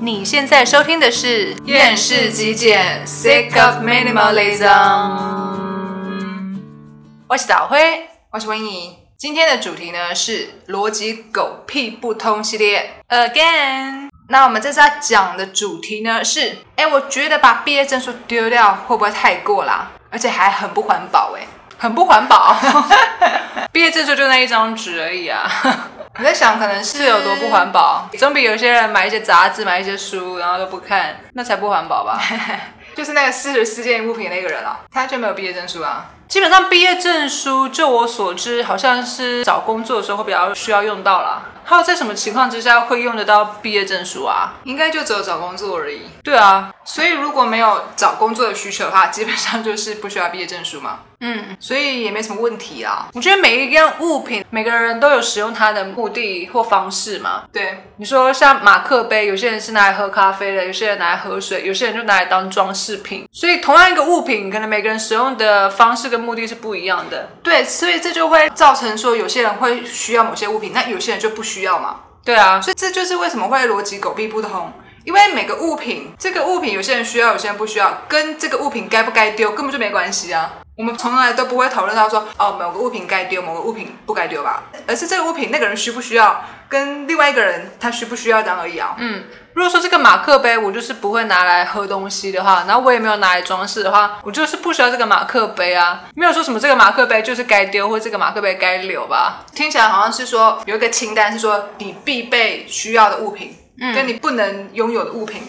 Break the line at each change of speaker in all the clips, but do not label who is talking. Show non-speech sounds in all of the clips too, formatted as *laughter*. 你现在收听的是《厌世极简》（Sick of Minimalism）。我是导辉，我是温怡。今天的主题呢是逻辑狗屁不通系列 again。那我们这次要讲的主题呢是，哎，我觉得把毕业证书丢掉会不会太过啦？而且还很不环保，哎，很不环保。 *laughs*
毕业证书就那一张纸而已啊，
我在想，可能是
是有多不环保？总比有些人买一些杂志、买一些书，然后都不看，那才不环保吧？
就是那个四十四件物品那个人啊，他就没有毕业证书啊。
基本上毕业证书，就我所知，好像是找工作的时候会比较需要用到啦。还有在什么情况之下会用得到毕业证书啊？
应该就只有找工作而已。
对啊，
所以如果没有找工作的需求的话，基本上就是不需要毕业证书嘛。嗯，所以也没什么问题啊。
我觉得每一样物品，每个人都有使用它的目的或方式嘛。
对，
你说像马克杯，有些人是拿来喝咖啡的，有些人拿来喝水，有些人就拿来当装饰品。所以同样一个物品，可能每个人使用的方式跟目的是不一样的。
对，所以这就会造成说有些人会需要某些物品，那有些人就不需要嘛。
对啊，
所以这就是为什么会逻辑狗屁不通，因为每个物品，这个物品有些人需要，有些人不需要，跟这个物品该不该丢根本就没关系啊。我们从来都不会讨论到说，哦，某个物品该丢，某个物品不该丢吧，而是这个物品那个人需不需要，跟另外一个人他需不需要这样而已啊。嗯，
如果说这个马克杯我就是不会拿来喝东西的话，然后我也没有拿来装饰的话，我就是不需要这个马克杯啊。没有说什么这个马克杯就是该丢或这个马克杯该留吧。
听起来好像是说有一个清单是说你必备需要的物品，跟你不能拥有的物品，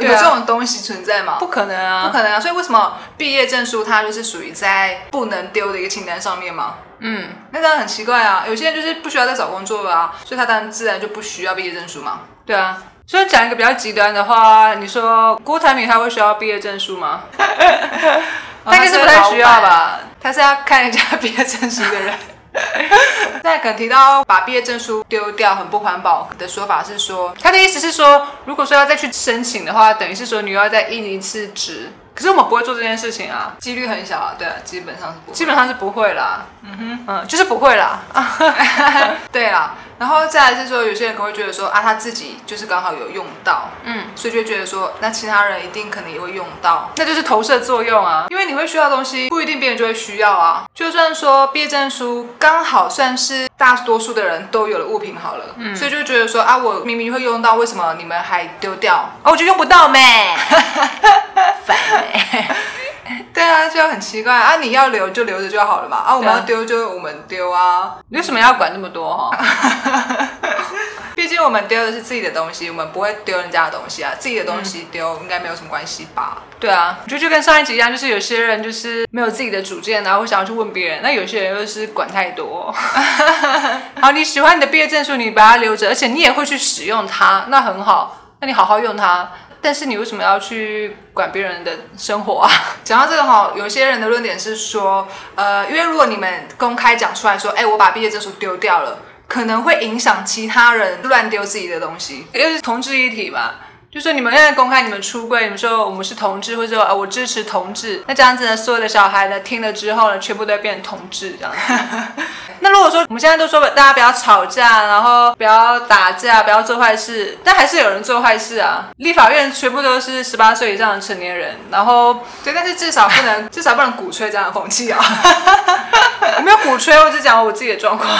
有
嗯啊
这种东西存在吗？
不可能啊，
不可能啊！所以为什么毕业证书它就是属于在不能丢的一个清单上面嘛？嗯，那当然很奇怪啊。有些人就是不需要再找工作了啊，所以他当然自然就不需要毕业证书嘛。
对啊。所以讲一个比较极端的话，你说郭台铭他会需要毕业证书
*laughs*
吗？他应该是不太需要吧。
他是要看人家 *laughs* 毕业证书
*laughs*
的人。那可能提到把毕业证书丢掉很不环保的说法是说，
他的意思是说，如果说要再去申请的话，等于是说你又要再印一次纸。可是我们不会做这件事情啊，
几率很小啊，对啊，基本上是不会
基本上是不会啦。嗯哼，嗯，就是不会啦。
对啦，然后再来是说，有些人可能会觉得说啊，他自己就是刚好有用到，嗯，所以就会觉得说，那其他人一定可能也会用到，
那就是投射作用啊。
因为你会需要的东西，不一定别人就会需要啊。就算说毕业证书刚好算是大多数的人都有的物品好了，
嗯
所以就觉得说啊，我明明会用到，为什么你们还丢掉？
哦，我就用不到咩，烦咩、
对啊，就很奇怪啊！你要留就留着就好了嘛，啊，我
对
们
啊
要丢就我们丢啊，
你为什么要管那么多哈、 *laughs*
毕竟我们丢的是自己的东西，我们不会丢人家的东西啊，自己的东西丢应该没有什么关系吧？
对啊，我觉得就跟上一集一样，就是有些人就是没有自己的主见，然后会想要去问别人；那有些人又是管太多。 *laughs* 好，你喜欢你的毕业证书，你把它留着，而且你也会去使用它，那很好，那你好好用它。但是你为什么要去管别人的生活啊？ *laughs*
讲到这个哈，有些人的论点是说，呃，因为如果你们公开讲出来说，哎，我把毕业证书丢掉了，可能会影响其他人乱丢自己的东西。
又是同志一体嘛，就说你们现在公开你们出柜，你们说我们是同志，或者说啊我支持同志，那这样子呢，所有的小孩呢听了之后呢，全部都会变成同志这样子那如果说我们现在都说大家不要吵架，然后不要打架，不要做坏事，但还是有人做坏事啊。立法院全部都是十八岁以上的成年人，然后
对，但是至少
*laughs*
不能，至少不能鼓吹这样的风气啊。
我没有鼓吹，我只讲我自己的状况。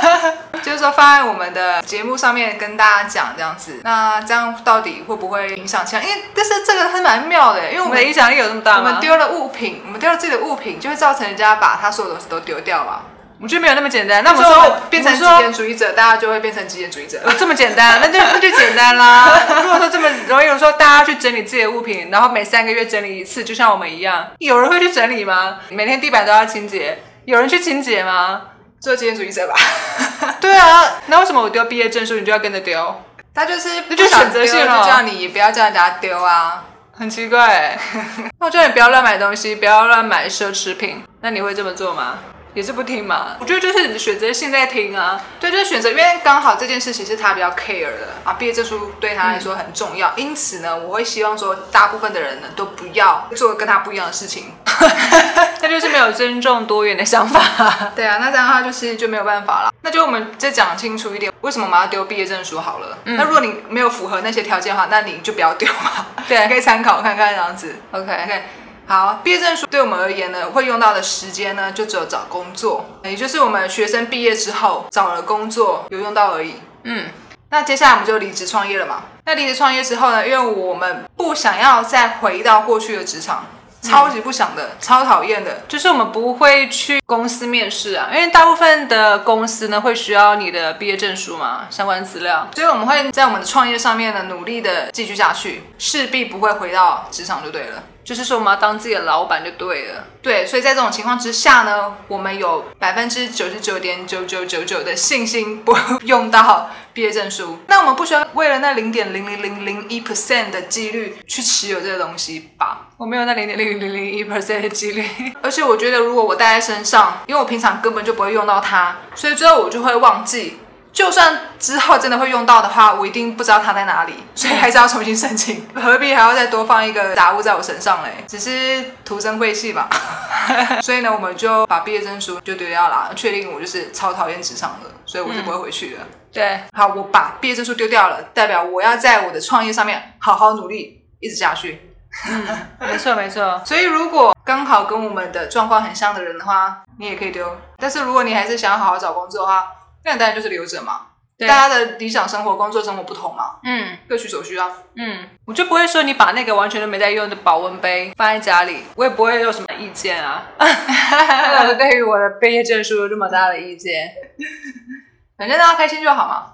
*laughs*
就是说放在我们的节目上面跟大家讲这样子，那这样到底会不会影响其他？因为但是这个是蛮妙的，因为我
我
们
们的影响力有这么大
我
吗？
们丢了物品，我们丢了自己的物品，就会造成人家把他所有东西都丢掉嘛。
我觉得没有那么简单。那我
我
们
说
说
我变成
我
极
们说
简主义者，大家就会变成极简主义者。
有这么简单，那就那就简单啦。如果说这么容易，我说大家去整理自己的物品，然后每三个月整理一次，就像我们一样，有人会去整理吗？每天地板都要清洁，有人去清洁吗？
做极简主义者吧， *laughs*
对啊，那为什么我丢毕业证书，你就要跟着丢？
他就是
那就
不想
选择性
丢
了
就叫你不要叫人家丢啊。
很奇 *laughs* 怪欸、那我叫你不要乱买东西，不要乱买奢侈品，那你会这么做吗？也是不听嘛。我觉得就是选择性在听啊。
对，就是选择，因为刚好这件事情是他比较 care 的啊，毕业证书对他来说很重要，因此呢，我会希望说，大部分的人呢都不要做跟他不一样的事情。
那就是没有尊重多元的想法。
*laughs* 对啊，那这样的话就是就没有办法了。那就我们再讲清楚一点，为什么我们要丢毕业证书好了。
嗯
那如果你没有符合那些条件的话，那你就不要丢嘛。
对
*laughs* 可以参考看看这样子。
OK，
OK，好，毕业证书对我们而言呢，会用到的时间呢，就只有找工作，也就是我们学生毕业之后找了工作有用到而已。
嗯，
那接下来我们就离职创业了嘛。那离职创业之后呢，因为我们不想要再回到过去的职场，超级不想的，超讨厌的。
就是我们不会去公司面试啊，因为大部分的公司呢会需要你的毕业证书嘛，相关资料。
所以我们会在我们的创业上面呢，努力的继续下去，势必不会回到职场就对了。
就是说我们要当自己的老板就对了。
对，所以在这种情况之下呢，我们有百分之九十九点九九九九的信心不用到毕业证书。那我们不需要为了那零点零零零零一 percent 的几率去持有这个东西吧？
我没有那零点零零零一 percent 的几率。
而且我觉得，如果我带在身上，因为我平常根本就不会用到它，所以最后我就会忘记。就算之后真的会用到的话，我一定不知道它在哪里，所以还是要重新申请。何必还要再多放一个杂物在我身上嘞？ *laughs* 只是徒增晦气吧。所以呢，我们就把毕业证书就丢掉了，确定我就是超讨厌职场的，所以我就不会回去了。
对，
好，我把毕业证书丢掉了，代表我要在我的创业上面好好努力，一直下去。
没错没错。
所以，如果刚好跟我们的状况很像的人的话，你也可以丢。但是，如果你还是想要好好找工作的话，那你当然就是留着嘛。
对
大家的理想生活、工作生活不同嘛，
嗯
各取所需啊。
嗯，我就不会说你把那个完全都没在用的保温杯放在家里，我也不会有什么意见啊。我 *laughs* 对于我的毕业证书有这么大的意见？
反正大家开心就好嘛，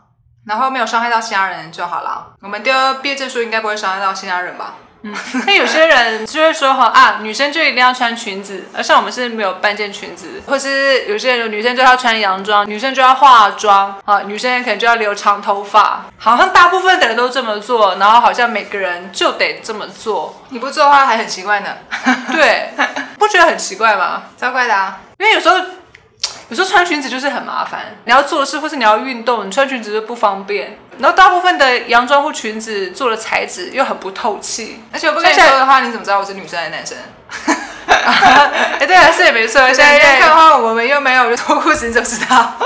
然后没有伤害到其他人就好啦。我们丢毕业证书应该不会伤害到其他人吧？
*laughs* 那有些人就会说哈啊，女生就一定要穿裙子，而像我们是没有半件裙子，或是有些人女生就要穿洋装，女生就要化妆啊，女生可能就要留长头发，好像大部分的人都这么做，然后好像每个人就得这么做，
你不做的话还很奇怪呢，
对，
*laughs*
不觉得很奇怪吗？
超怪的啊！
因为有时候。有时候穿裙子就是很麻烦，你要做事或是你要运动，你穿裙子就不方便。然后大部分的洋装或裙子做的材质又很不透气，
而且我不跟你
现在
说的话，你怎么知道我是女生还是男生？
哎、对啊，是也没错。现
现
在
在
在
看的话，我们又没有脱裤子，你怎么知道？
*laughs*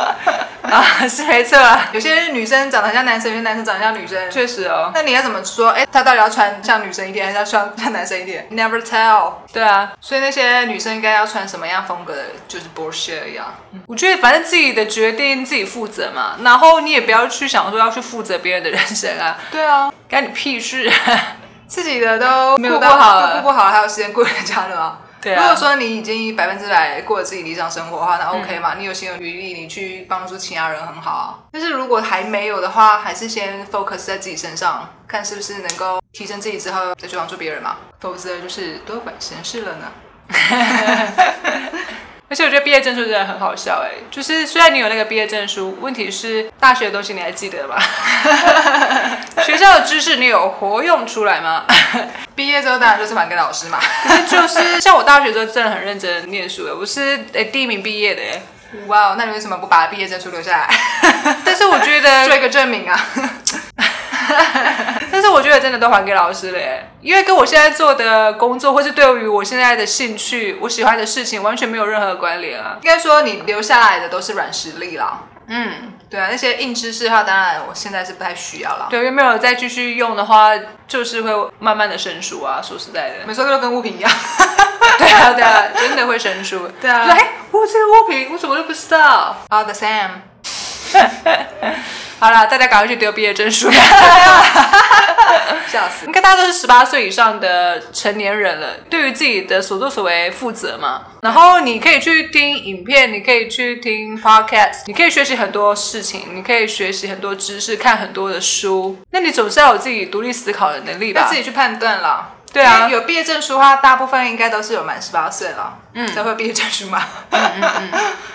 啊，是没错啊，
有些女生长得像男生，有些男生长得像女生。
确实哦。
那你要怎么说？哎，她到底要穿像女生一点，还是要穿像男生一点？Never tell。
对啊，
所以那些女生应该要穿什么样风格的，就是 bullshit 一样。
我觉得反正自己的决定自己负责嘛，然后你也不要去想说要去负责别人的人生啊，
对啊，
干你屁事、啊
自己的都没
顾
有
不
到
好了
都顾不好，还有时间顾人家的吗？
*laughs* 对啊
如果说你已经百分之百过了自己理想生活的话，
嗯
那 OK 嘛？你有心有余力，你去帮助其他人很好啊。但是如果还没有的话，还是先 focus 在自己身上，看是不是能够提升自己之后再去帮助别人嘛。否则就是多管闲事了呢。
而且我觉得毕业证书真的很好笑哎、就是虽然你有那个毕业证书，问题是大学的东西你还记得吗？ *laughs* 学校的知识你有活用出来吗？ *laughs*
毕业之后当然就是还给老师嘛。
就是像我大学的时候真的很认真念书哎、我是哎、第一名毕业的哎、
哇、那你为什么不把毕业证书留下来， *laughs*
但是我觉得
做一个证明啊？ *laughs*
但是我觉得真的都还给老师了耶，因为跟我现在做的工作，或是对于我现在的兴趣、我喜欢的事情，完全没有任何关联啊。
应该说你留下来的都是软实力啦。
嗯，
对啊，那些硬知识的话，当然我现在是不太需要啦。
对，因为没有再继续用的话，就是会慢慢的生疏啊。说实在的，
每说都跟物品一样。 *laughs*
*laughs* 对啊，对啊，真的会生疏。
对啊
就哎，我有这个物品，我怎么都不知道？
All the same。
好啦，大家赶快去丢毕业证
*laughs*
书吧。
笑死。
应该大家都是十八岁以上的成年人了，对于自己的所作所为负责嘛。然后你可以去听影片，你可以去听 podcast，你可以学习很多事情，你可以学习很多知识，看很多的书。那你总是要有自己独立思考的能力
要
吧
自？己去判断啦。
对啊
因为有毕业证书的话，大部分应该都是有满十八岁了。
嗯
才会有毕业证书
*laughs*
嘛。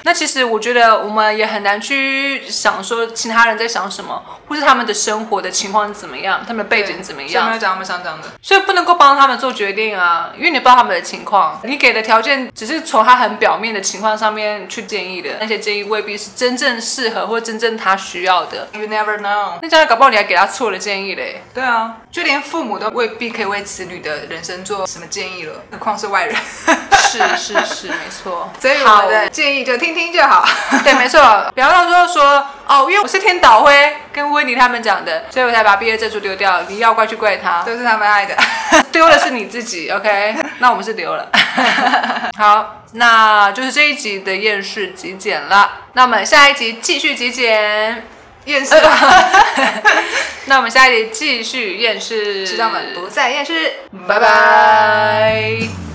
那其实我觉得我们也很难去想说其他人在想什么，或是他们的生活的情况怎么样，他们的背景怎么
所以没
样，
有讲他们想讲的。
所以不能够帮他们做决定啊，因为你不知道他们的情况，你给的条件只是从他很表面的情况上面去建议的，那些建议未必是真正适合或真正他需要的。
You never know。
那这样搞不好你还给他错的建议嘞。
对啊，就连父母都未必可以为子女的人生做什么建议了，何况是外人。 *laughs*
是是是，没 *laughs* 错。
所以我
好
们的建议就听听就好。
对，没错，不要到时候说哦，因为我是听导辉跟温妮他们讲的，所以我才把毕业证书丢掉。你要怪就怪他，
都是他们
*laughs*
爱的。
丢的是你自己，OK？那我们是丢了。 *laughs* 好，那就是这一集的厌世极简了。那我们下一集继续极简，
厌世
呃
吧，
那我们下一集继续厌世，
知道们不再厌世，
拜
拜拜。
拜。